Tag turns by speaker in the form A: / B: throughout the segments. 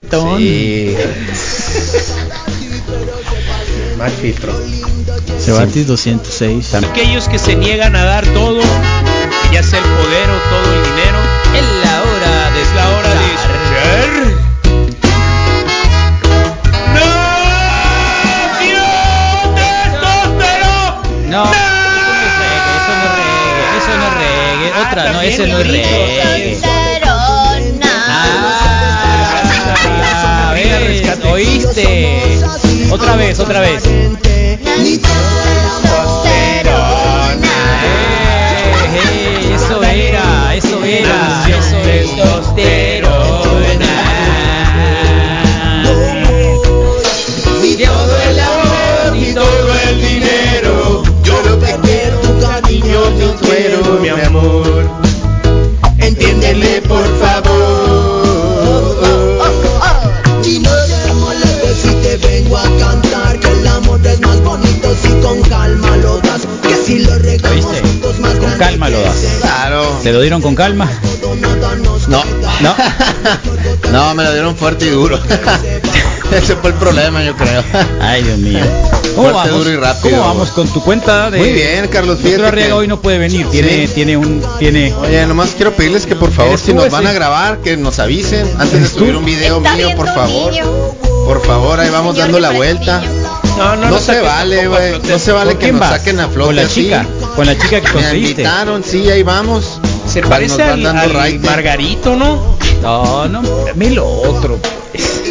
A: Pitón.
B: Sí. Mal filtro.
A: Cervantes 206.
C: Aquellos que se niegan a dar todo, ya sea el poder o todo el dinero, es la hora de es la hora de escuchar.
D: No, eso no es reggae, eso no es reggae,
C: Ah,
D: otra, no,
C: también
D: ese no es
C: el grito,
D: reggae. Ah,
C: Ay, la
D: ¿ves?
C: rescate.
D: ¿Oíste? Otra vez, otra vez. Eh, eh, Eso era, eso era, eso es testosterona.
E: Si todo el amor y todo el dinero, yo lo que quiero, tu cariño, yo quiero, mi amor. Entiéndele, por favor. Y no te molestes si te vengo a cantar que el amor es más bonito si con calma lo das, que si lo regamos
D: ¿Oíste?
E: juntos más
D: Con calma lo das.
B: Claro.
D: ¿Te lo dieron con calma?
B: No.
D: No.
B: No, me lo dieron fuerte y duro. Ese fue el problema, yo creo.
D: Ay, Dios mío. ¿Cómo
B: Fuerte,
D: vamos,
B: duro y rápido.
D: ¿Cómo vamos con tu cuenta de
B: Muy bien, Carlos.
D: Pedro
B: Fíjate que-
D: Arriaga hoy no puede venir, tiene,
B: Sí.
D: tiene un, tiene.
B: Oye, nomás quiero pedirles que por favor,
D: ¿Eres
B: si
D: tú
B: nos
D: ese?
B: van a grabar, que nos avisen antes de
D: ¿Eres tú?
B: subir un video
F: Está
B: mío,
F: viendo
B: por
F: un
B: favor.
F: niño.
B: Por favor, ahí vamos
F: Señor
B: dando la
F: que parece
B: vuelta.
F: niño.
C: No, no,
B: No se vale, güey. No se vale
D: ¿Con
B: que
D: quién
B: nos
D: vas?
B: saquen a flote
D: Con la
B: así.
D: chica, con la chica que
B: Me
D: conseguiste.
B: invitaron, sí, ahí vamos.
C: Se
B: Van-
C: parece
B: nos van
C: al,
B: dando
C: al
B: raite.
C: Margarito, ¿no?
D: No, no, dame lo otro. pues.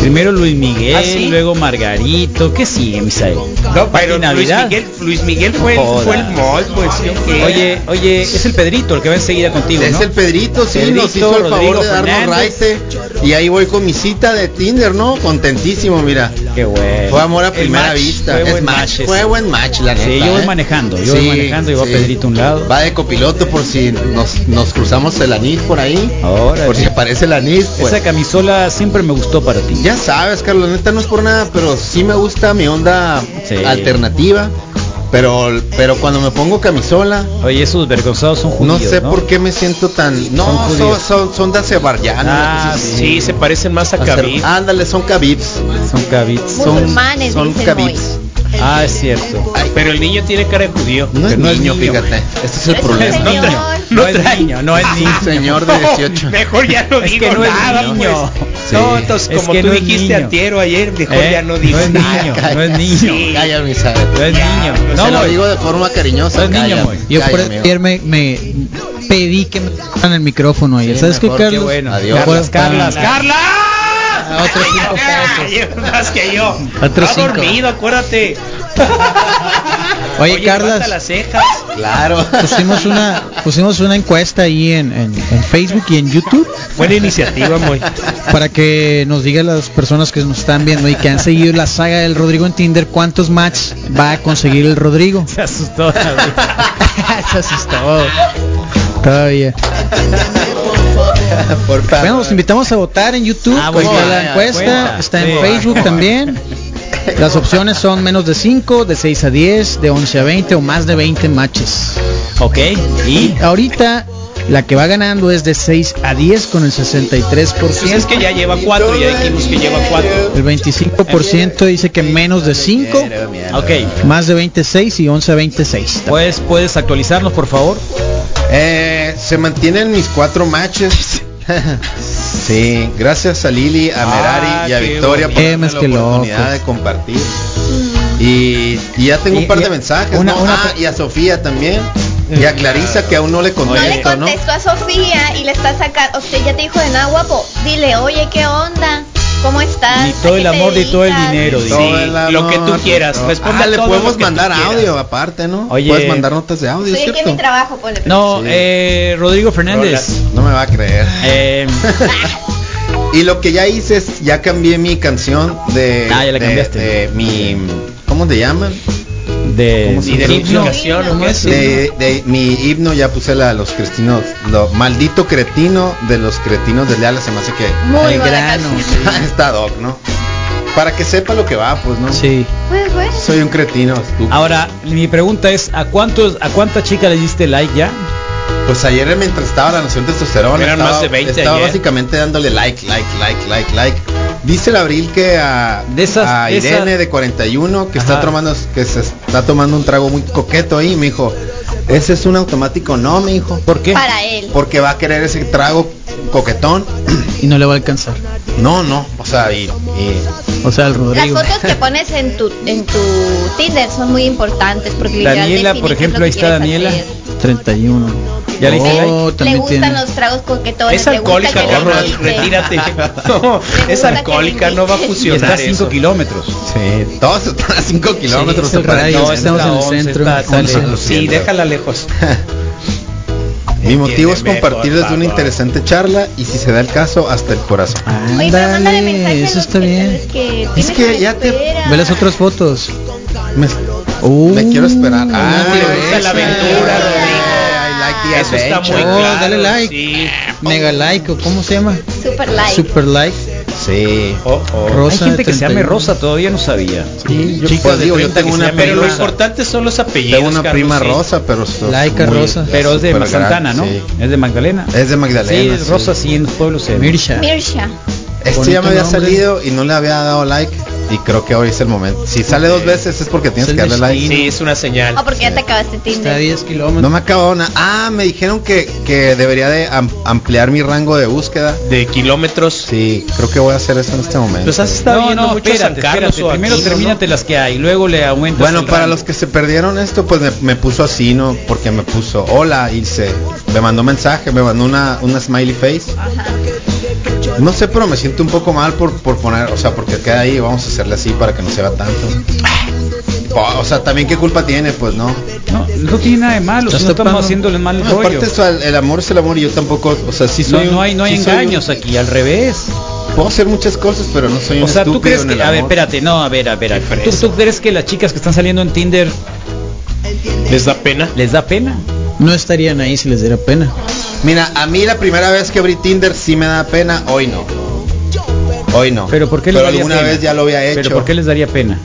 D: Primero Luis Miguel,
C: ¿Ah, sí?
D: luego Margarito, ¿qué sigue, Misael?
C: No,
D: Pati
C: pero Luis
D: Navidad.
C: Miguel, Luis Miguel fue, el-
D: Joda.
C: fue el mall, pues sí, ok.
D: Oye, oye, es el Pedrito el que va enseguida contigo,
B: Es
D: ¿no?
B: el Pedrito, sí, nos
D: Pedrito,
B: hizo el
D: Rodrigo
B: favor de darnos raite.
D: Fernández.
B: Y ahí voy con mi cita de Tinder, ¿no? Contentísimo, mira.
D: Qué bueno.
B: Fue amor a
D: El
B: primera
D: match,
B: vista.
D: Fue
B: es
D: buen
B: match.
D: match ese.
B: Fue buen match, la
D: Sí,
B: neta.
D: yo voy
B: ¿eh?
D: manejando, yo
B: Sí,
D: voy manejando y va
B: sí.
D: Pedrito a un lado.
B: Va de copiloto por si nos, nos cruzamos el anís por ahí.
D: Órale.
B: Por si aparece el anís. Pues.
D: Esa camisola siempre me gustó para ti.
B: Ya sabes, Carlos, la neta no es por nada, pero sí me gusta mi onda
D: Sí.
B: alternativa. Pero, pero cuando me pongo camisola,
D: Oye, esos vergonzados son judíos,
B: no sé por qué me siento tan. No, son,
D: judíos.
B: son, son de Azerbaiyán.
D: Ah,
C: sí, se parecen más a Khabib.
B: Ándale, son Khabibs.
D: Son cabits.
B: Son-
F: Musulmanes,
B: son
F: dicen
B: Khabibs.
D: Ah, es cierto.
C: Pero el niño tiene cara de judío.
B: No es
D: Pero no es
B: niño,
D: niño.
B: fíjate. Este es el
F: Es un
B: problema.
F: señor.
D: No es niño, no es niño. ¿Eh?
B: Un señor de 18.
C: Mejor ya no
D: Es que
C: digo
D: no es
C: nada,
D: niño.
C: pues.
B: Sí.
C: No, entonces,
D: Es
C: como
D: que
C: tú
D: no es
C: dijiste
D: niño.
C: a Tiero ayer, mejor
D: Eh,
C: ya no digo
D: no es
C: nada.
D: niño, no es niño.
B: Calla, Misael.
D: No es niño.
B: No,
D: No,
B: Se lo
D: güey.
B: digo de forma
D: No
B: cariñosa.
D: es niño,
B: calla,
D: güey.
A: Yo
B: calla,
A: por
B: amigo.
A: ayer me, me pedí que me en el micrófono ayer.
B: Sí,
A: ¿Sabes qué,
B: mejor, qué
A: Carlos?
B: bueno.
A: Adiós.
B: Carlos,
A: Carlos,
D: Mm. Ah,
C: ¡Carla!
A: otros cinco pesos.
C: llevas más que yo.
A: Otros
C: Está
A: cinco.
C: dormido, acuérdate.
A: Oye, Carlas.
C: levanta las cejas.
B: Claro.
A: Pusimos una, pusimos una encuesta ahí en, en- en Facebook y en YouTube
C: Buena iniciativa, muy.
A: para que nos digan las personas que nos están viendo y que han seguido la saga del Rodrigo en Tinder cuántos match va a conseguir el Rodrigo.
D: Se asustó. David.
A: Se asustó. Todavía.
B: Por favor.
A: Bueno, los invitamos a votar en YouTube.
D: Ah,
A: Ah,
D: bueno,
A: la
B: ya,
A: encuesta
D: cuenta.
A: está en
D: Sí.
A: Facebook también. Las opciones son menos de 5, de 6 a 10, de 11 a 20 o más de 20 matches.
D: ok, y
A: Ahorita la que va ganando es de 6 a 10 con el 63%.
C: Pues es que ya lleva cuatro y ya dijimos que lleva cuatro.
A: El 25% dice que menos de 5,
D: ok.
A: más de 26 y 11 a 26.
D: Pues puedes actualizarnos, por favor.
B: Eh, se mantienen mis cuatro matches. sí, gracias a Lili, a Merari
C: Ah,
B: y a
C: qué
B: Victoria por
A: bonito.
B: darme
A: Emes,
B: la
A: qué
B: oportunidad
A: locos.
B: de compartir. Y, y ya tengo
D: Y-
B: un par
D: y-
B: de mensajes.
D: una-
B: ¿no?
D: una-
B: Ah, y a Sofía también. Y a Clarisa que aún no le
F: No le
B: contesto, ¿no?
F: contestó a Sofía y le está sacando. Usted ya te dijo de nada, guapo. Dile, oye, ¿qué onda? ¿Cómo estás?
D: Ni todo
F: ¿A
D: el
F: qué Ah, te
D: amor ni todo el
F: dedicas?"
D: dinero.
C: Sí,
D: dice.
B: Todo el amor,
C: lo que tú quieras.
B: todo.
C: Responde
B: Ah, le
C: todo lo
B: podemos
C: que tú
B: mandar
C: quieras.
B: audio aparte, ¿no?
D: Oye.
B: Puedes mandar notas de audio,
F: Estoy aquí en mi
B: ¿cierto?
F: trabajo, ponle.
D: No,
B: Sí.
D: eh, Rodrigo Fernández.
C: Rolas.
B: No me va a creer.
D: Eh,
B: Y lo que ya hice es, ya cambié mi canción de...
D: Ah, ya la
B: de-
D: cambiaste.
B: de mi... ¿Cómo te llaman?
D: de
B: ¿Cómo se
C: Ni de
B: Sí,
D: himno.
C: notificación, ¿o qué?
B: De, de mi himno ya puse la de los cretinos, lo maldito cretino de los cretinos de Leala, se me hace que
F: Muy
A: el
F: buena
A: grano.
F: canción.
B: está doc, ¿no? Para que sepa lo que va, pues, ¿no?
A: Sí.
F: Pues bueno.
B: Soy
D: Ah,
B: un cretino, estúpido.
D: Ahora, mi pregunta es, ¿a cuántos, a cuánta chica le diste like ya?
B: Pues ayer mientras estaba la Nación Testosterona,
C: Eran
B: estaba,
C: más de 20
B: estaba
C: ayer.
B: básicamente dándole like, like, like, like, like. Dice el Abril que a,
D: De esas-
B: a
D: de
B: Irene
D: esas-
B: de 41 que está
D: Ajá.
B: tomando que se está tomando un trago muy coqueto ahí, me dijo, "Ese es un automático no, me dijo." ¿Por qué?
F: Para él.
B: Porque va a querer ese trago coquetón.
A: y no le va a alcanzar.
B: No, no, o sea, y, y-
A: O sea, el
F: Las
A: Rodrigo.
F: fotos que pones en tu en tu Tinder son muy importantes porque literal
D: Daniela, por
F: definen qué es
D: ejemplo,
F: lo
D: ahí
F: que
D: está
F: quieres
D: Daniela.
F: hacer.
A: 31.
D: Ya le hice
A: Oh,
D: like.
F: Le
A: también
F: gustan
A: tiene.
F: los tragos coquetones.
C: Es alcohólica,
F: le gusta que
C: no,
F: le inviten.
C: retírate. No,
F: gusta
C: es
F: que
C: alcohólica,
F: le
C: no va a
F: inviten.
D: Y está a
C: fusionar
D: 5
C: eso.
D: kilómetros.
B: sí, todos están a 5 kilómetros
A: es el
B: separados.
A: radio.
C: No,
A: Estamos
C: está
A: en el
C: once,
A: centro,
C: está- está
A: once.
C: lejos. Sí, déjala lejos.
B: Mi motivo es
C: Entiéndeme,
B: compartirles
C: por
B: una
C: favor.
B: interesante charla y si se da el caso hasta el corazón.
F: Oye, pero mándale
A: Ándale,
F: mensaje
A: eso
F: a los
A: está
F: que
A: bien.
F: sabes que
B: Es
F: tienes
B: que
F: la
B: ya te-
F: espera.
A: Ve las otras fotos.
B: Me,
A: Uh,
B: me quiero esperar.
A: Ah,
C: te gusta la
B: esa.
C: aventura,
F: Rodrigo.
B: I like the
C: Eso está muy
B: adventure.
A: Oh,
C: claro.
A: dale like.
C: sí.
A: Mega like o cómo se llama?
F: Super like.
A: Super like.
B: Sí.
C: Oh, oh.
A: Rosa
D: Hay gente
A: de
D: que se
A: 31.
D: llame Rosa, todavía no sabía.
B: Sí, yo,
C: Chicas
B: pues
C: de
B: digo, yo
C: 30
B: tengo
C: que
B: una
C: sean- Pero lo
B: prima,
C: importante son los apellidos.
B: tengo una
C: Carlos,
B: prima
C: sí.
B: rosa, pero so-
A: Laica rosa.
D: Pero es de
B: súper
D: Santana, ¿no?
B: grande, sí.
D: Es de Magdalena.
B: Es de
D: Sí,
B: Magdalena.
D: es Rosa sí, en los pueblos se
A: Mirsha.
F: Mirsha.
B: Este
A: Bonito
B: ya me había
A: nombre.
B: salido y no le había dado like y creo que hoy es el momento. Si sale dos veces es porque tienes
A: Es
B: que
A: el
B: darle like.
C: Sí, es una señal.
F: Ah, porque ya te acabaste
A: Está a
F: Tinder.
A: 10 kilómetros.
B: No me ha acabado nada. Ah, me dijeron que, que debería de am- ampliar mi rango de búsqueda.
C: De kilómetros.
B: Sí, creo que voy a hacer eso en este momento.
C: Los
A: Pues
C: has estado
D: No,
C: viendo
D: no,
C: mucho a San
D: espérate,
C: Carlos
D: espérate.
C: o a
D: Primero
C: Quino,
D: termínate las que hay, luego le aumentas
B: Bueno,
D: el
B: para
D: rango.
B: los que se perdieron esto, pues me, me puso así, ¿no? Porque me puso, hola, Ilse. Me mandó mensaje, me mandó una, una smiley face. No sé, pero me siento un poco mal por, por poner, o sea, porque queda ahí, vamos a hacerle así para que no se vea tanto. O, o sea, también qué culpa tiene, pues, ¿no?
D: No, no tiene nada de malo,
A: Ya
D: si no
A: está
D: estamos
A: pano.
D: haciéndole mal
B: No,
D: rollo.
B: aparte, o sea, el, el amor es el amor y yo tampoco, o sea, sí
D: No,
B: soy...
D: no
B: un-
D: hay, no hay
B: sí soy un-
D: engaños aquí, al revés.
B: puedo hacer muchas cosas, pero no soy un
D: O sea, tú
B: estúpido
D: crees
B: en
D: que...
B: el
D: A ver,
B: amor.
D: espérate, no, a ver, a ver. a ver. ¿Tú, tú crees que las chicas que están saliendo en Tinder
C: ¿Les da pena?
D: les da pena?
A: No estarían ahí si les diera pena.
B: Mira, a mí la primera vez que abrí Tinder sí me da pena, hoy no. Hoy no.
D: ¿Pero por qué les
B: Pero
D: daría
B: alguna
D: pena?
B: vez ya lo había hecho.
D: ¿Pero por qué les daría pena?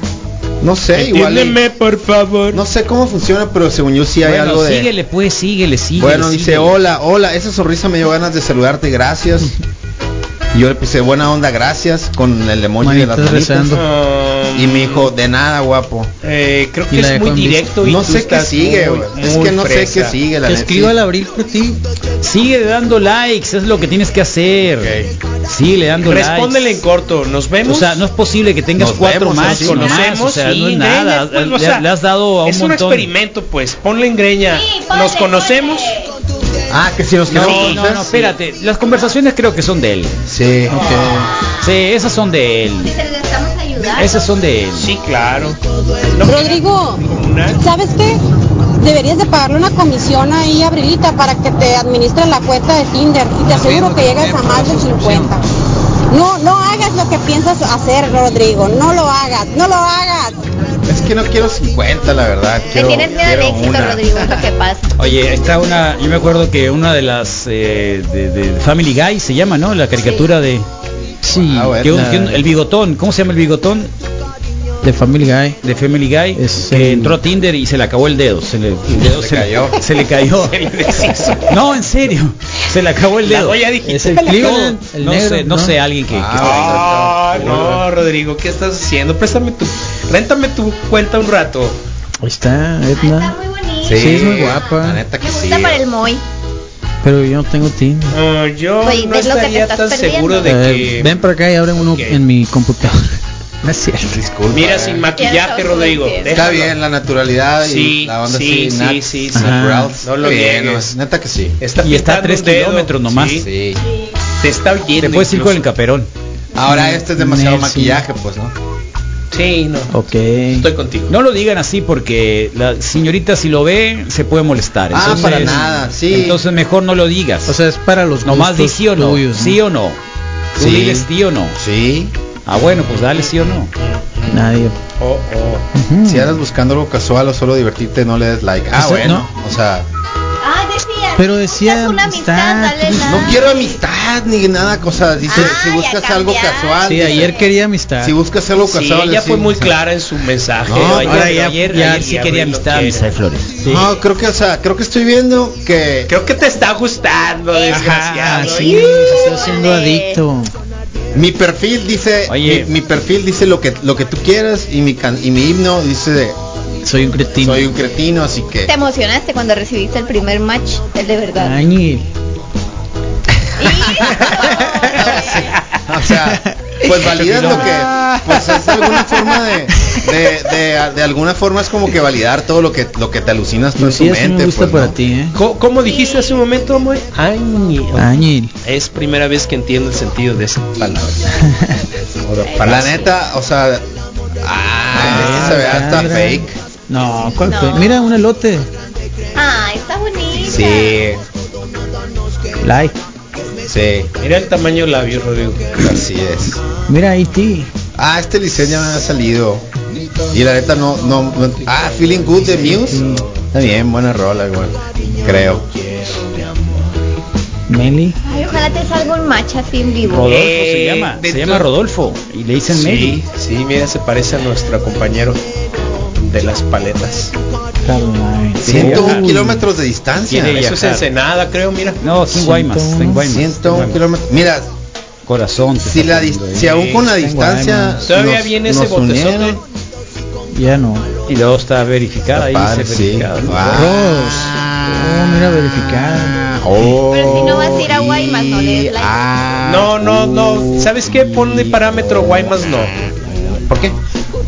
B: No sé, igual.
C: Entiéndeme, por favor.
B: No sé cómo funciona, pero según yo sí hay
D: Bueno,
B: algo de.
D: síguele pues, síguele, síguele.
B: bueno, dice,
D: síguele.
B: hola, hola, esa sonrisa me dio ganas de saludarte, gracias. Y yo le puse buena onda, gracias, con el emoji de las
A: Manitas
B: manitas.
A: rezando.
C: Ah,
B: Y me dijo, de nada, guapo.
C: eh, creo que
A: Y la
C: es
A: dejó
C: muy
A: en visto.
C: directo. y
B: No
C: tú
B: sé qué
C: estás
B: sigue,
C: muy,
B: güey. Es
C: muy
B: que no sé qué
C: fresa.
B: sigue, la
A: Que
B: neta.
A: escriba al abril por ti.
D: Sigue dando likes, es lo que tienes que hacer. Sigue dando
C: Respóndele en
D: likes.
C: corto. ¿Nos vemos?
D: O sea, no es posible que tengas
B: Nos
D: cuatro
B: vemos,
D: más,
B: así,
D: con
B: ¿no?
D: más, o sea, no es
C: Ah, sí,
D: nada. eh,
C: greña, pues,
D: le,
C: o sea,
D: le has dado a un
C: es
D: montón.
C: un experimento, pues. Ponle en greña.
F: Sí, ponle,
C: ¿Nos conocemos?
F: ponle.
B: Ah, que si nos
D: No,
B: queremos
D: no,
B: conocer.
D: no, espérate. Las conversaciones creo que son de él.
B: Sí.
D: Sí, esas son de él.
F: Dice, le estamos ayudando.
D: Esas son de él.
C: Sí, claro. No,
G: Rodrigo,
C: una-
G: ¿sabes qué? Deberías de pagarle una comisión ahí a Brilita para que te administre la cuenta de Tinder y te aseguro que llegas a más de 50. No, no hagas lo que piensas hacer, Rodrigo. No lo hagas, no lo hagas.
B: Es que no quiero 50, la verdad.
F: Le
B: Quiero,
F: tienes miedo al
B: quiero
F: éxito,
B: una.
F: Rodrigo, es lo que pasa.
D: Oye, está una, yo me acuerdo que una de las eh, de, de Family Guy se llama, ¿no? La caricatura de
A: Sí.
B: Ah, bueno.
D: que un-
A: la-
D: que un- el bigotón, ¿cómo se llama el bigotón
A: de Family Guy.
D: de Family Guy?
A: Es
D: que
A: el-
D: entró a Tinder y se le acabó el dedo, se le, el dedo
B: Se le
D: le-
B: cayó.
D: se le cayó. no, en serio, se le acabó el dedo.
C: La joya digital.
A: Es el
D: Todo,
A: Cleveland, el
D: no
A: negro,
D: sé, no,
A: ¿no?
D: sé, alguien que, que-
C: Ah, no, Rodrigo, ¿qué estás haciendo? Préstame tu, réntame tu cuenta un rato.
A: Ahí está,
F: Ah, está
A: Edna.
F: muy bonito.
B: Sí,
A: Sí, es muy guapa.
B: La neta que
F: Me
B: sí.
F: gusta para el Moy.
A: Pero yo no tengo Tinder.
C: Ah, yo
F: Oye,
C: no
F: ¿ves lo que te
C: estaría
F: estás
C: tan
F: perdiendo?
C: seguro
A: Eh,
C: de que.
A: ven para acá y abren uno
C: Ok.
A: en mi computadora. No es cierto.
B: Disculpa.
C: Mira,
B: eh.
C: sin maquillaje,
F: Ya
C: Rodrigo.
F: sabes,
B: Está
C: déjalo.
B: bien la naturalidad y
C: Sí,
B: la onda
C: sí,
B: así,
C: sí,
B: nat-
C: sí, sí.
B: natural.
C: No lo
B: Bien,
C: niegues.
B: no, es neta que sí.
D: Y está a
C: pintando
D: tres
C: un dedo.
D: kilómetros nomás.
C: Sí,
B: Sí.
C: Te está oyendo.
D: te puedes ir con el
C: incluso.
D: caperón.
B: Ahora este es demasiado
A: Sí.
B: maquillaje, pues, ¿no?
C: Sí, no.
A: Ok.
C: Estoy contigo.
D: Oh. No lo digan así porque la señorita si lo ve se puede molestar.
B: Ah, para nada, sí.
D: Entonces mejor no lo digas.
A: O sea, es para los
D: Nomás di
A: gustos
D: sí o no,
A: tuyos,
D: sí o no. Tú
B: Sí.
D: diles sí o no.
B: Sí.
D: Ah, bueno, pues dale sí o no.
A: Nadie.
C: Oh, oh.
A: Ujú.
B: Si andas buscando algo casual o solo divertirte, no le des like. Ah,
A: Eso,
B: bueno. O sea,
F: Ah, decía.
A: Pero decía
F: Es una amistad,
A: amistad. pues,
F: dale la-
B: No quiero amistad ni nada, cosa. Dice,
F: Ay,
B: si buscas
F: a
B: algo
F: cambiar.
B: casual.
A: Sí,
B: dice,
A: ayer quería amistad.
B: Si buscas algo
C: Sí,
B: casual.
C: ella fue
B: sí,
C: muy
B: o sea,
C: clara en su mensaje.
B: No,
C: ayer,
B: ahora
A: ya-
C: ayer,
A: ya
C: ayer
A: sí
C: quería amistad.
D: Flores.
B: No, creo que, o sea, creo que estoy viendo que.
C: Creo que te está gustando,
A: Ajá,
C: desgraciado.
A: sí, se está haciendo adicto.
B: Mi perfil dice,
D: Oye.
B: mi, mi perfil dice lo que lo que tú quieras y mi can- y mi himno dice
A: Soy un cretino.
B: soy un cretino, así que
F: Te emocionaste cuando recibiste el primer match, el de verdad.
A: Ángel.
B: o sea, pues validas lo que pues es de alguna forma de de, de- de alguna forma es como que validar todo lo que lo que te alucinas tú en tu
A: Sí,
B: mente,
A: eso me gusta
B: pues,
A: para
B: ¿no?
A: ti, eh.
C: ¿Cómo, cómo dijiste hace un momento, amor? Ay,
A: Ángel.
C: es primera vez que entiendo el sentido de esa palabra.
B: La neta, o sea, ah, este se ve hasta
A: Alejandra.
B: fake.
A: No, ¿cuál
F: No.
A: fue? Mira, un elote.
F: Ah, está bonita.
B: Sí,
A: Like.
B: sí,
C: Mira el tamaño labio, Rodrigo.
B: así es.
A: Mira, E IT.
B: Ah, este diseño me ha salido. Y la neta no, no, no- Ah, Feeling Good de Muse. Está bien, buena rola igual. Creo.
A: Meli.
F: Ay, ojalá te salga un match así en vivo.
D: Rodolfo se
C: Eh,
D: llama.
C: de
D: Se
C: tu-
D: llama Rodolfo. Y le dicen Meli.
C: Sí, sí, mira, se parece a nuestro compañero de las paletas.
A: Caroline.
B: 101
A: Uy.
B: kilómetros de distancia.
D: Tiene
C: Eso es
D: viajar.
C: Ensenada, creo, mira.
D: No, está en Guaymas. está en Guaymas, está en
B: 101
D: Guaymas.
B: kilómetros. Mira,
D: Corazón. te
B: si,
D: está
B: la dis-
D: poniendo ahí.
B: si aún con la
A: Está en
B: distancia.
A: Guaymas.
C: Todavía
B: nos-
C: viene ese ¿eh?
B: nos unieron.
C: botezote.
A: Ya no.
D: Y luego está verificada. Ahí
B: Padre,
D: dice
B: sí.
D: verificada. ¿no?
B: Ah.
A: Ros.
C: Ah.
A: Oh, mira, verificada.
B: Oh,
F: Pero si no vas a ir a Guaymas, no le des like.
B: ah,
C: No, no, no. ¿Sabes qué? Ponle parámetro Guaymas, no.
B: ¿Por qué?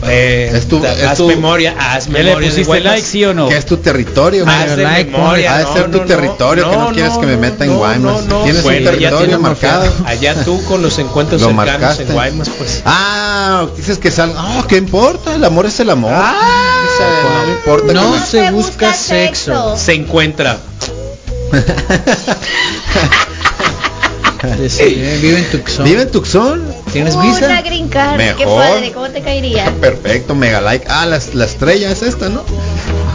C: Eh,
B: Es tu-
C: haz
B: es tu-
C: memoria, haz
D: ¿Ya le
C: memoria. de
D: pusiste
C: Guaymas.
D: like, sí o no?
B: Que es tu territorio.
A: Ah,
B: güey.
C: Haz de
A: like,
C: memoria.
B: ha de
C: no,
B: ser tu
C: no, no.
B: territorio, que no quieres que me meta en Guaymas. Tienes un
C: ya
B: territorio
C: tienes
B: marcado.
C: marcado. Allá tú con los encuentros
B: Lo
C: cercanos
B: marcaste.
C: en Guaymas, pues.
B: Ah, dices que salga. No, ¿qué importa? El amor es el amor.
C: Ah.
B: Esa- no me importa.
A: No
B: que me-
A: se busca sexo.
C: Se encuentra.
A: Decide, Vive en Tucson.
B: ¿Vive en Tucson?
A: ¿Tienes
F: Una
A: visa?
F: green card. Qué
B: Mejor.
F: padre, ¿cómo te caería?
B: Perfecto, mega like. Ah, la, la estrella es esta, ¿no?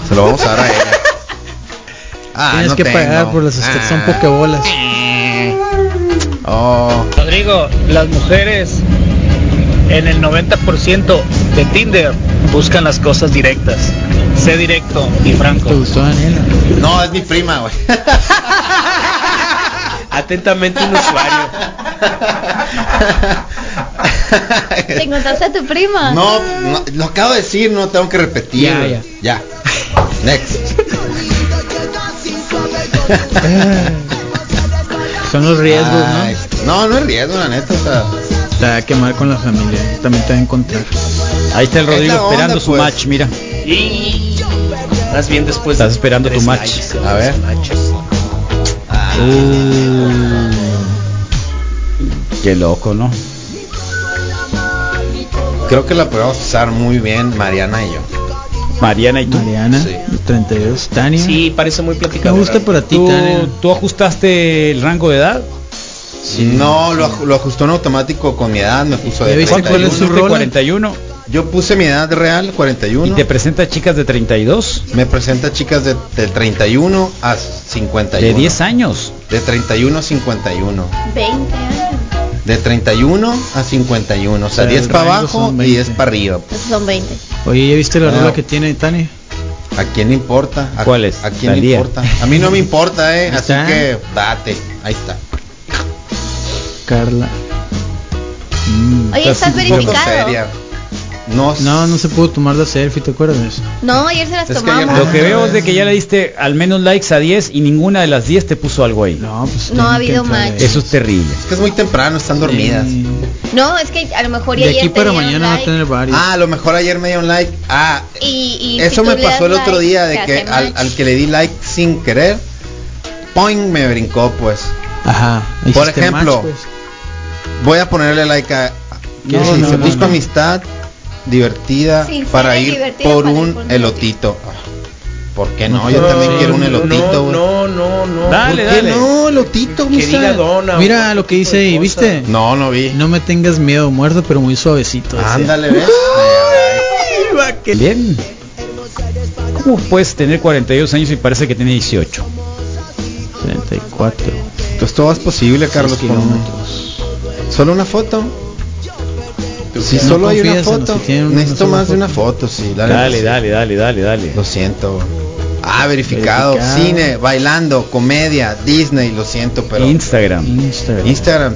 B: Se lo vamos a dar a ella. Ah,
A: Tienes
B: no
A: que
B: tengo.
A: pagar por las
B: Ah.
A: estrellas. Son pokebolas.
B: Oh,
H: Rodrigo, las mujeres en el 90% de Tinder buscan las cosas directas. Sé directo y
A: ¿Te
H: franco.
A: gustó, Daniela?
B: no, es mi prima, güey.
C: Atentamente un usuario.
F: ¿Te encontraste a tu prima? Mm.
B: No, no, lo acabo de decir, no tengo que repetir.
A: Ya,
B: güey. ya. Next.
A: Son los riesgos,
B: Ay,
A: ¿no?
B: No, no es riesgo, la neta. O sea,
A: Te va a quemar con la familia. También te va a encontrar.
D: Ahí está el
B: Es la
D: Rodrigo
B: onda,
D: esperando su
B: pues.
D: match, mira.
C: Y estás bien después.
D: Estás
C: de
D: esperando
C: tres
D: tu match.
C: likes.
B: a ver.
D: Uh. Qué loco, ¿no?
B: Creo que la podemos usar muy bien Mariana y yo.
D: Mariana y tú.
A: Mariana,
B: Sí.
A: 32. Tania.
C: Sí, parece muy
A: Me
C: platicadora.
A: gusta para ti,
D: ¿Tú,
A: Tania.
D: tú ajustaste el rango de edad?
B: No, lo, aj- lo ajustó en automático con mi edad, me puso
A: ¿Ya
B: de
A: viste cuál es
B: 31.
A: su
D: Pusiste
A: rola?
D: 41
B: Yo puse mi edad real,
D: y
B: 41.
D: te presenta chicas de 32
B: Me presenta chicas de, de 31 a 51.
D: de 10 años.
B: De 31 a 51.
F: 20 años.
B: De 31 a 51. O sea,
A: O sea,
B: 10
A: el
B: para
A: rango
B: abajo
A: son
B: y 10
A: 20.
B: para arriba.
F: Entonces son 20.
A: Oye, ¿ya viste la
B: No.
A: rola que tiene Tania?
B: ¿A quién le importa? ¿A,
D: ¿Cuál es?
B: ¿A quién le
D: Talía.
B: importa? A mí no me importa, eh.
A: Ahí
B: Así
A: está.
B: que date. Ahí está.
A: Carla. Mm.
F: Oye, ¿estás
B: Un poco
F: verificado?
B: seria. No,
A: No, no se pudo tomar la selfie, ¿te acuerdas?
F: No, ayer se las
B: Es que
F: tomamos.
B: ayer-
D: Lo que veo es de que ya le diste al menos likes a 10 y ninguna de las 10 te puso algo ahí.
A: No, pues.
F: No
A: tienen
F: ha
A: que
F: habido
A: entrar
F: match.
A: ahí.
D: Eso es terrible.
B: Es que es muy temprano, están dormidas.
A: Sí.
F: No, es que a lo mejor y
A: De
F: ayer
A: aquí
F: te
A: para
F: dieron
A: mañana va a
F: like
A: tener varios.
B: Ah, a lo mejor ayer me dio un like. Ah,
F: y- y si
B: eso
F: tú
B: me
F: le das
B: pasó el otro
F: like,
B: día
F: te
B: de que
F: hace
B: al,
F: match.
B: al que le di like sin querer, point me brincó, pues.
A: Ajá.
B: Por
A: hiciste
B: ejemplo,
A: match, pues.
B: Voy a ponerle like a.
A: No,
B: que
A: no,
B: se
A: no,
B: busco
A: no.
B: amistad divertida
F: Sincera
B: para
F: y
B: ir
F: divertida
B: por
F: para ir
B: un
F: por un
B: elotito. Ah, ¿Por qué no?
A: No,
B: Yo también
A: no,
B: quiero un
A: no,
B: elotito, güey.
C: No, no, no.
D: Dale,
B: ¿Por qué
D: dale.
B: no, elotito,
C: Que
B: misa?
C: diga dona.
A: Mira
C: o
A: lo que
C: tipo
A: dice
C: de
A: ahí,
C: cosa.
A: ¿viste?
B: No, no vi.
A: No me tengas miedo, muerto, pero muy suavecito. decía.
B: Ándale, ves.
D: Bien. ¿Cómo puedes tener 42 años y parece que tiene 18? 34.
B: Pues todo es posible, Carlos.
A: Seis
B: con-
A: kilómetros.
B: Solo una foto. Si
A: no
B: solo hay una
A: confías en los
B: foto,
A: que tienen una
B: necesito
A: sola
B: más de
A: foto?
B: una foto, sí. Dale,
D: Dale, dale, dale, dale, dale.
B: Lo siento. Ah, verificado.
A: Verificado.
B: Cine, bailando, comedia, Disney, lo siento, pero.
D: Instagram.
A: Instagram.
B: Instagram.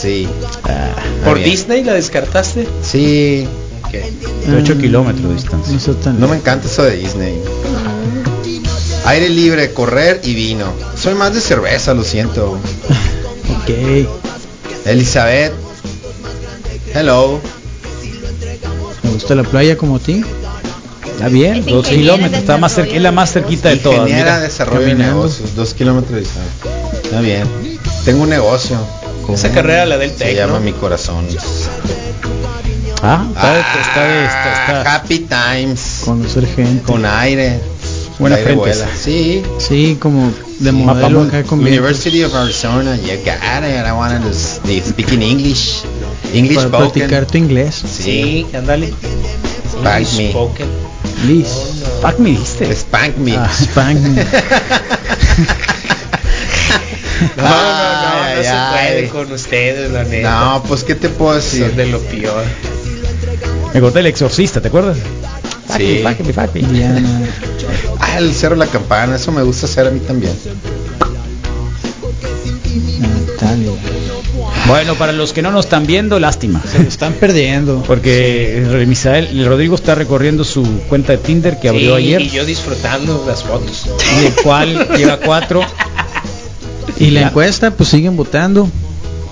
B: Sí. Está
C: ¿Por
B: bien.
C: Disney la descartaste?
B: Sí.
D: 8 kilómetros de distancia.
A: No está tan
B: No me encanta eso de Disney. Aire libre, correr y vino. Soy más de cerveza, lo siento.
A: Ok.
B: Elizabeth. Hello.
A: Me gusta la playa como a ti.
D: Está Ah, bien,
F: Es
D: 2
F: ingeniera
D: kilómetros.
F: de
D: Está más cerca, es la más cerquita de todas.
B: Ingeniera
D: Mira,
B: de desarrollo de
A: caminando.
B: negocios, dos kilómetros de distancia. Está bien. Tengo un negocio.
C: Esa carrera la del
B: Mm, Se
C: Tec,
B: llama
C: ¿no?
B: mi corazón.
D: Ah, está, de-
B: Ah,
D: está de- está- está-
B: Happy times.
A: Conocer gente.
B: Con aire.
D: Buena
B: El aire
D: gente
B: vuela. Sí.
A: Sí, como de modelo
D: Mapamundi.
A: acá con
B: University of Arizona. ah, You got it. I wanna to speak in English. English
A: Para practicar
B: spoken.
A: tu inglés.
B: Sí.
C: andale.
B: Spank me.
C: Spoken.
A: Liz.
D: Fuck me dijiste.
B: Spank me.
A: Ah, spank me.
C: No, no, no, no,
B: Ay,
C: se
B: ay,
C: puede
B: ay.
C: con ustedes, la neta.
B: No, pues qué te puedo decir.
C: Son de lo peor.
D: Me corté el exorcista, ¿te acuerdas?
B: Sí.
D: Fuck me, fuck me, fuck me.
A: Diana.
B: Ah, el cero la campana, eso me gusta hacer a mí también.
A: Natalia.
D: Bueno, para los que no nos están viendo, lástima.
A: Se lo están perdiendo.
D: Porque el Misael, el Rodrigo está recorriendo su cuenta de Tinder que abrió
C: Sí,
D: ayer,
C: Y yo disfrutando las fotos.
D: y el cual lleva cuatro.
A: Y la
D: Ya.
A: encuesta, pues siguen votando.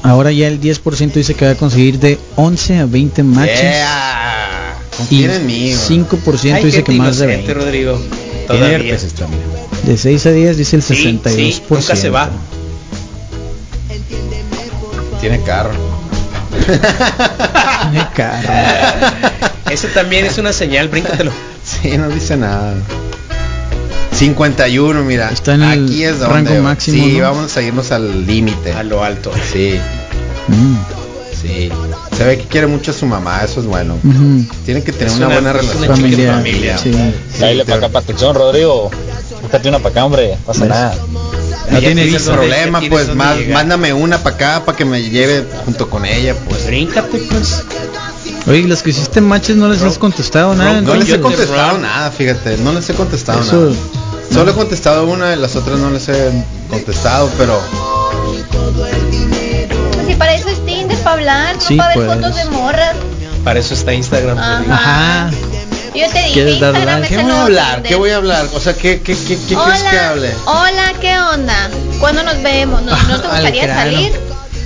A: Ahora ya el 10% dice que va a conseguir de 11 a 20 matches.
B: Yeah.
A: Y
B: Confíen en mí. güey.
A: 5%
C: Ay,
A: dice
C: qué
A: que más de
C: inocente,
A: 20.
C: Rodrigo.
D: Tiene
C: Todavía.
D: herpes esta mira.
A: De 6 a 10 dice el 62%.
C: Sí, sí, nunca se va.
B: Tiene carro.
A: Tiene cara.
C: Eso también es una señal, bríncatelo.
B: Sí, no dice nada. 51, mira.
A: Está en el
B: Aquí es donde.
A: rango
B: güey.
A: máximo,
B: Sí,
A: ¿no?
B: vamos a irnos al límite.
C: A lo alto.
B: Sí,
A: Mm,
B: sí. Se ve que quiere mucho a su mamá, eso es bueno.
A: Mm, ujú.
B: Tienen que tener
C: Es
B: una,
C: una-
B: buena
C: es una
B: relación.
C: chica
A: Familiar.
C: familia.
A: Sí.
B: Sí,
I: Dale
B: te-
I: para acá, para colchón, Rodrigo. Búscate una para acá, hombre. Pasa nada.
D: No
C: Ella
D: tiene
C: tiene
D: visa.
C: solo-
B: problema,
C: ¿Tienes
B: pues
C: dónde
B: más,
C: llegar?
B: mándame una para acá para que me lleve junto con ella, pues.
C: Bríncate, pues.
A: Oye, las que hiciste matches no les has contestado nada.
B: No les
A: entonces.
B: he contestado nada, fíjate, no les he contestado
A: Eso-
B: nada. Solo he contestado una, las otras no les he contestado, pero
F: Pues si para eso es Tinder, para hablar,
A: Sí,
F: no para ver
A: pues.
F: fotos de morras.
C: Para eso está Instagram.
F: Ah.
C: Rodrigo.
A: Ajá.
F: Yo te dije,
A: ¿Quieres dar
F: Instagram
A: like?
F: es
B: ¿qué voy
F: el
B: a
F: nuevo
B: hablar?
F: Tinder.
B: ¿Qué voy a hablar? O sea, ¿qué, qué, qué, qué quieres
F: Hola,
B: que hable?
F: hola, ¿qué onda? ¿Cuándo nos vemos? ¿No, no te
A: Al
F: gustaría
A: grano.
F: salir?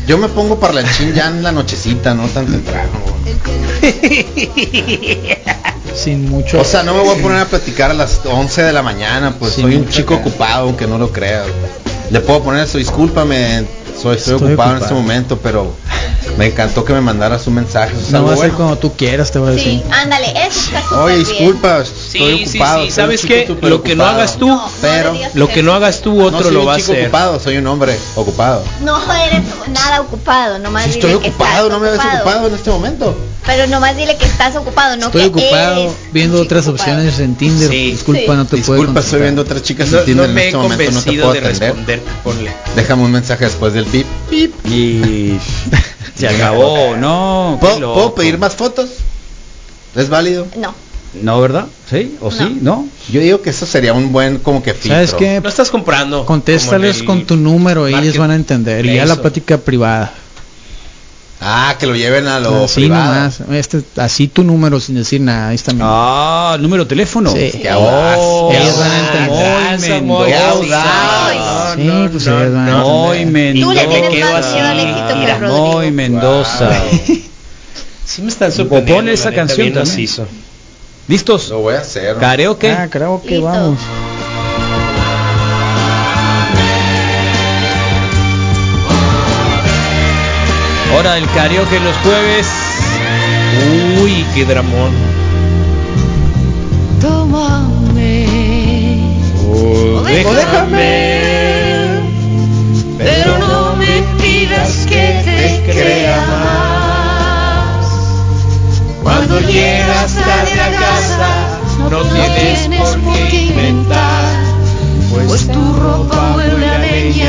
B: Yo me pongo parlanchín ya en la nochecita, no tan temprano.
A: Sin mucho.
B: O sea, no me voy a poner a platicar a las 11 de la mañana, pues
A: Sí,
B: soy un
A: nunca
B: chico
A: acá.
B: ocupado, aunque no lo crea. Le puedo poner eso, discúlpame, soy,
A: Estoy
B: estoy ocupado, en
A: ocupado.
B: este momento, pero me encantó que me mandaras un mensaje. eso es
A: no
B: algo
A: va a ser
B: bueno.
A: cuando tú quieras, te voy a
F: Sí,
A: decir.
F: ándale, eso está súper
B: Pues Oye,
F: bien.
B: disculpa,
C: Sí,
B: estoy
C: sí,
B: ocupado.
C: sí,
B: soy un
C: ¿sabes
B: chico
C: qué?
B: súper
C: Lo que no
B: ocupado.
C: hagas tú,
F: No, no
B: pero
F: le digas
C: Lo que no hagas tú,
B: No
C: otro
B: soy
C: lo
B: un
C: va a
B: chico
C: hacer.
B: ocupado, soy un hombre ocupado.
F: No eres nada ocupado, nomás
B: Sí,
F: dile
B: estoy
F: que
B: ocupado,
F: estás
B: no me ves ocupado en este momento.
F: Pero nomás dile que estás ocupado, no
A: Estoy
F: que
A: ocupado
F: eres
A: viendo
F: un
A: otras
F: chico ocupado.
A: opciones en Tinder.
C: Sí.
A: Disculpa,
F: Sí.
A: no te puedo.
B: Disculpa, estoy
A: contestar.
B: viendo otras chicas
C: No,
B: en Tinder
C: no
B: en
C: me he
B: este momento, no te
C: convencido
B: puedo
C: de
B: atender.
C: responder. Ponle.
B: Déjame un mensaje después del pip.
D: Y se acabó, no. qué
B: ¿Puedo,
D: loco.
B: puedo pedir más fotos? ¿Es válido?
F: No,
D: No, ¿verdad? ¿Sí? ¿O sí? ¿No?
B: Yo digo que eso sería un buen como que filtro.
A: ¿Sabes
D: Eh,
A: qué?
C: No estás comprando.
A: Contéstales
C: como en
A: con
C: el-
A: tu número, ellos
C: market-
A: van a entender. Y ya la
C: Eso.
A: plática privada.
B: Ah, que lo lleven a lo
A: así
B: privado.
A: nomás. Este, así tu número sin decir nada. Ahí está mi
D: Ah, número de teléfono.
A: Sí.
B: Qué audaz.
D: Oh,
B: qué
A: Ellos van a
B: audaz.
D: Muy
C: Mendoza,
D: Mendoza.
C: muy
B: audaz.
A: Sí, pues ellos van a
D: Muy
F: Tú le
D: Mendoza.
F: tienes más miedo al éxito que a Rodrigo.
D: Muy Mendoza.
C: Sí me están
D: Ponle
C: sorprendiendo. la
D: esa
C: neta,
D: canción
C: bien
D: también.
C: macizo.
D: ¿Listos?
B: Lo voy a hacer.
D: Karaoke.
A: Ah, creo que
F: Listo.
A: vamos.
D: Hora del karaoke los jueves.
C: Uy, qué dramón.
B: Oh, pero no me pidas que te crea
C: Cuando llegas tarde a casa, no Pues tienes por qué inventar. Pues tu ropa huele a leche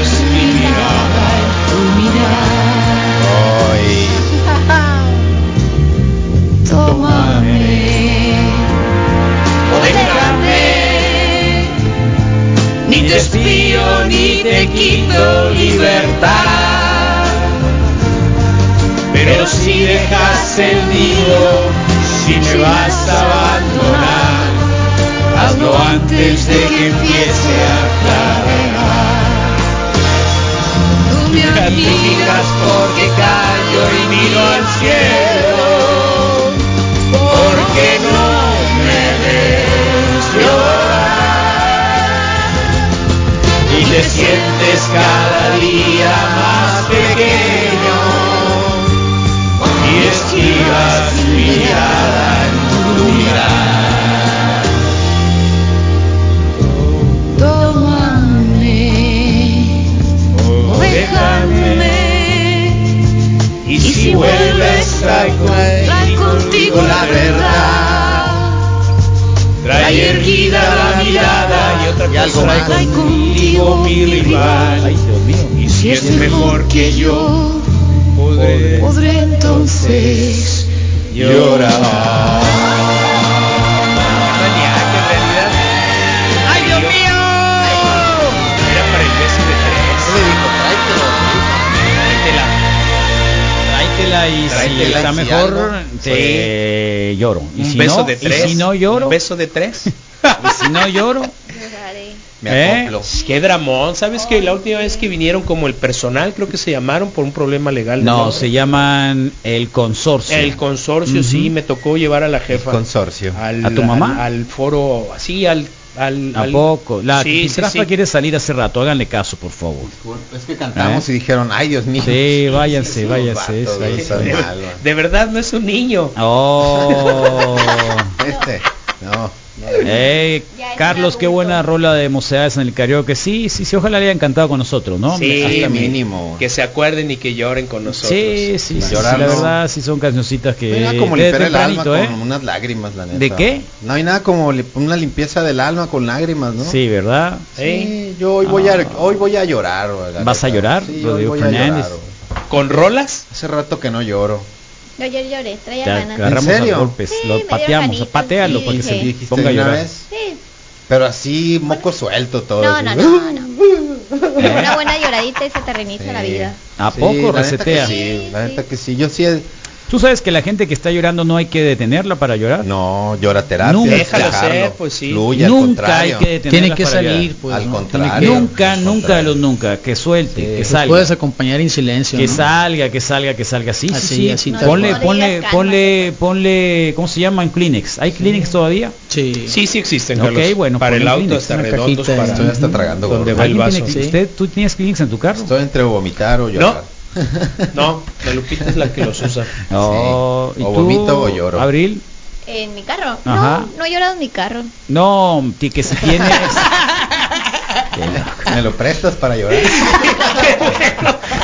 E: sentido si me vas a abandonar. Hazlo antes de que empiece a clarear. Tú me admiras porque callo y miro al cielo. Porque no me ves llorar. Y te sientes cada día más pequeño y esquivas mi mirada en tu mirada.
I: Tómame,
E: Oh,
I: déjame.
E: Y si vuelves trae
I: Trae contigo la verdad.
E: trae erguida la mirada y otra cosa
I: Trae contigo
E: mi rival. Y si es mejor que yo podré
I: Podré entonces
E: llorar.
C: ¡Ay, Dios mío! Era para el beso de tres. Tráetela.
D: Tráetela y si
B: Tráetela,
D: está
B: si
D: mejor,
B: algo.
D: te lloro. Y
C: Un
D: si
C: beso
D: no,
C: de
D: Y
C: tres.
D: si no lloro,
C: Un beso de tres.
D: y si no lloro,
F: Lloraré.
D: ¿eh?
C: Pues, Qué dramón. ¿Sabes que la última vez que vinieron como el personal, creo que se llamaron por un problema legal?
D: No,
C: nombre?
D: se llaman el consorcio.
C: El consorcio, sí,
D: Ujú.
C: me tocó llevar a la jefa.
B: Consorcio.
C: Al-
D: ¿A tu mamá?
C: Al, al foro, así, al... al,
D: ¿A
C: al-
D: poco? La
C: Sí, sí,
D: Trafa
C: sí.
D: quiere salir hace rato, háganle caso, por favor.
B: Es que cantamos y dijeron, ay Dios mío.
D: Sí, váyanse, váyanse.
B: vatos,
D: sí.
B: esos
C: De,
B: malos.
C: de verdad no es un niño.
D: Ah, Oh.
B: Este, no.
D: Ey,
F: Ya es
D: Carlos,
F: un
D: qué
F: adulto.
D: buena rola de mocedades en el karaoke. Sí, sí, sí, ojalá le hayan cantado con nosotros, ¿no?
C: sí,
B: hasta mínimo.
C: Que se acuerden y que lloren con nosotros.
D: Sí, sí, sí,
B: Llorar
D: la
B: no.
D: verdad sí son cancioncitas que
B: No hay nada como
D: desde
B: limpiar el alma
D: tempranito, ¿eh?
B: con unas lágrimas, la neta.
D: ¿De qué?
B: No hay nada como li- una limpieza del alma con lágrimas, ¿no?
D: Sí, ¿verdad?
B: Sí, yo hoy voy, a, hoy voy a llorar. güey, la
D: ¿Vas a
B: neta.
D: llorar,
B: Sí, hoy
D: Rodrigo
B: voy a
D: Fernández?
B: llorar, güey.
C: ¿Con rolas?
B: Hace rato que no lloro.
F: Yo ayer lloré, traía
D: Te
F: ganas.
D: agarramos
B: serio?
D: a golpes,
F: Sí, me
D: lo
F: dieron
D: pateamos,
F: ganitas,
D: patealo
F: sí,
D: para que
F: dije.
D: se
B: Dijiste
D: ponga a
B: una
D: llorar.
B: vez,
F: Sí.
B: pero así moco suelto todo.
F: No,
B: así.
F: no, no, no. Una
D: ¿Eh?
F: buena lloradita y se te reinicia
B: Sí.
F: la vida.
D: ¿A
B: Sí,
D: poco
B: la neta que
D: resetea?
B: sí, la neta que sí. Yo sí. he-
D: Tú sabes que la gente que está llorando no hay que detenerla para llorar.
B: No, llora terapia.
D: Nunca.
B: hay que
C: Déjalo ser,
B: dejarlo,
C: pues sí.
B: Fluye, al
D: nunca hay
B: contrario.
D: que detenerla
A: Tiene que
D: para llorar.
A: salir, pues.
B: Al
A: ¿no?
B: contrario.
A: Tiene que-
D: Nunca,
B: Al
D: nunca de
B: contrario.
D: los nunca, que suelte, que
A: Los
D: salga.
A: Pues, puedes acompañar en silencio.
D: Que
A: ¿no?
D: salga, que salga, que salga, sí, sí,
A: Así,
D: sí.
A: así, No, tal
D: ponle,
A: cual.
F: no
D: ponle,
F: digas
D: ponle,
F: pues.
D: ponle, ¿cómo se llaman? Kleenex. ¿Hay Kleenex todavía?
A: Sí.
C: Sí, sí existen.
D: Ok,
C: Carlos.
D: bueno,
C: para el
D: ponle
C: auto
D: Kleenex, ¿eh?
C: hasta
A: una
C: redondos
A: cajita,
C: para...
B: Estoy hasta tragando.
C: Donde
B: gordo.
C: va el
D: ¿Alguien
C: vaso.
D: tiene-
A: Sí.
D: usted- ¿Tú tienes Kleenex en tu carro?
B: Estoy entre vomitar o llorar.
C: No, la Lupita es la que los usa.
D: No.
B: Sí. O vomito o lloro.
D: Abril.
F: En mi carro.
D: Ajá.
F: No, no he llorado en mi carro.
D: No, ti- que si tienes.
B: ¿Me lo prestas para llorar?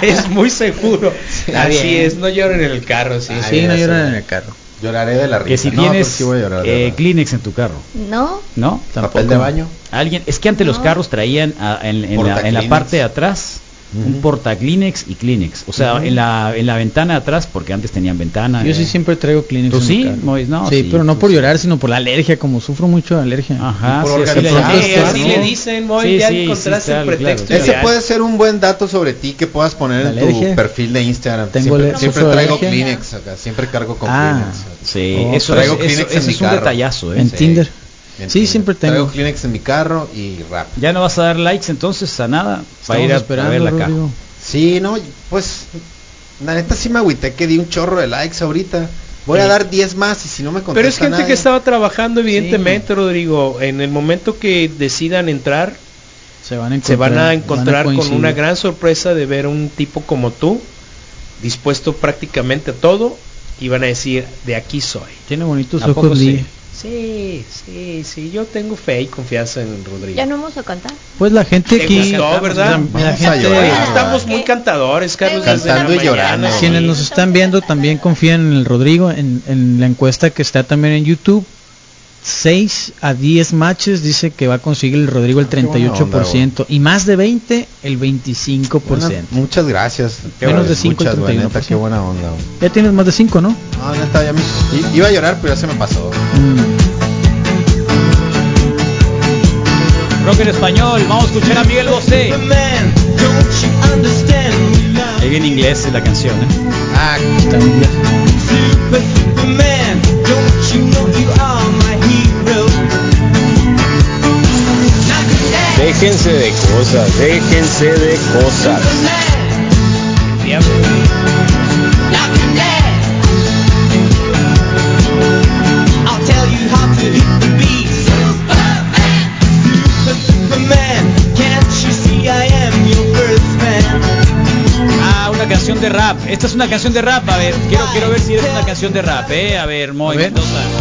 C: es muy seguro.
A: Está
C: Así
A: bien.
C: es, no lloren en el carro, sí.
B: Ay,
A: Sí, no
B: gracias,
A: lloran en
B: güey.
A: el carro.
B: Lloraré de la risa.
D: que si
B: No,
D: tienes
B: pues sí voy a llorar,
D: eh,
B: ¿verdad?
D: Kleenex en tu carro,
F: No.
D: ¿no?
B: Papel de baño.
D: Alguien, es que antes los
F: No.
D: carros traían ah, en, en la, en la
B: Porta-Kleenex.
D: parte de atrás un porta Kleenex y Kleenex, o sea, en la en la ventana de atrás porque antes tenían ventana.
A: Ah, Yo sí
D: eh.
A: siempre traigo Kleenex.
D: ¿Tú
A: en mi
D: sí,
A: carro.
D: Mois? No,
A: sí,
D: sí,
A: pero no
D: tú
A: por
D: sí.
A: llorar, sino por la alergia, como sufro mucho de alergia.
D: Ajá,
B: Por
D: sí, así
B: organizar.
D: le-
B: Sí,
D: sí,
B: así le
C: dicen, Moy, ya encontraste el
D: claro,
C: pretexto
D: claro.
B: Ese
C: Ideal.
B: puede ser un buen dato sobre ti que puedas poner
A: ¿La
B: en
A: alergia?
B: tu perfil de Instagram.
A: Tengo
B: siempre
A: alergia.
B: siempre
A: ¿Sufro de
B: traigo
A: alergia?
B: Kleenex acá, siempre cargo con
A: Ah,
D: Sí,
A: Oh,
D: eso, es,
B: traigo
D: eso-
B: Kleenex en
D: eso
B: mi
D: es un
B: carro.
D: detallazo, ¿eh?
A: en
B: Sí.
A: Tinder.
B: Kleenex.
A: Sí, siempre tengo.
B: Traigo Kleenex en mi carro y rap.
D: Ya no vas a dar likes entonces a nada para
A: Estamos
D: ir a, a
A: esperando,
D: verla acá.
A: Rodrigo.
B: Sí, no, pues la neta sí me agüité que di un chorro de likes ahorita. Voy a dar 10 más y si no me contesta
C: Pero es gente
B: nadie-
C: que estaba trabajando, evidentemente, Rodrigo. En el momento que decidan entrar,
A: Se van a encontrar,
C: se van a encontrar con
A: coincidir.
C: una gran sorpresa de ver a un tipo como tú, dispuesto prácticamente a todo, y van a decir, de aquí soy.
A: Tiene bonitos
D: ¿A poco
A: ojos,
D: sí?
A: Lee.
C: Sí, sí, sí, yo tengo fe y confianza en Rodrigo.
F: Ya no vamos a cantar.
A: Pues la gente
C: Te
A: aquí.
C: gustó, ¿verdad?
A: la- la
B: Vamos a
A: gente-
B: llorar.
C: Oye,
B: Ah,
C: estamos
F: ¿qué?
C: muy cantadores, Carlos. desde la
B: Cantando y
C: mañana.
B: llorando.
A: Quienes nos están viendo también confían en el Rodrigo, en, en la encuesta que está también en YouTube. 6 a 10 matches dice que va a conseguir el Rodrigo el
B: Ah, qué buena
A: 38% y más de 20 el 25%.
B: Buena- muchas gracias.
A: Menos de cinco,
B: Muchas, güey,
A: 31%.
B: neta, qué buena onda. güey.
A: Ya tienes más de 5, ¿no?
B: No, neta, ya me- i- iba a llorar, pero ya se me pasó.
A: Mm.
D: Rock en español, vamos a escuchar a Miguel Bosé. Ahí viene inglés la canción, ¿eh?
B: Ah,
A: Está bien.
E: but man, don't you know you are my hero? Not good man,
J: Déjense de cosas, déjense de cosas.
E: not good man. I'll tell you how to hit the beat. Superman, Superman, can't you see I am your first man?
D: Ah, una canción de rap. Esta es una canción de rap. A ver, quiero, quiero ver si es una canción de rap, eh. A ver, muy
A: ver.
D: Mendoza.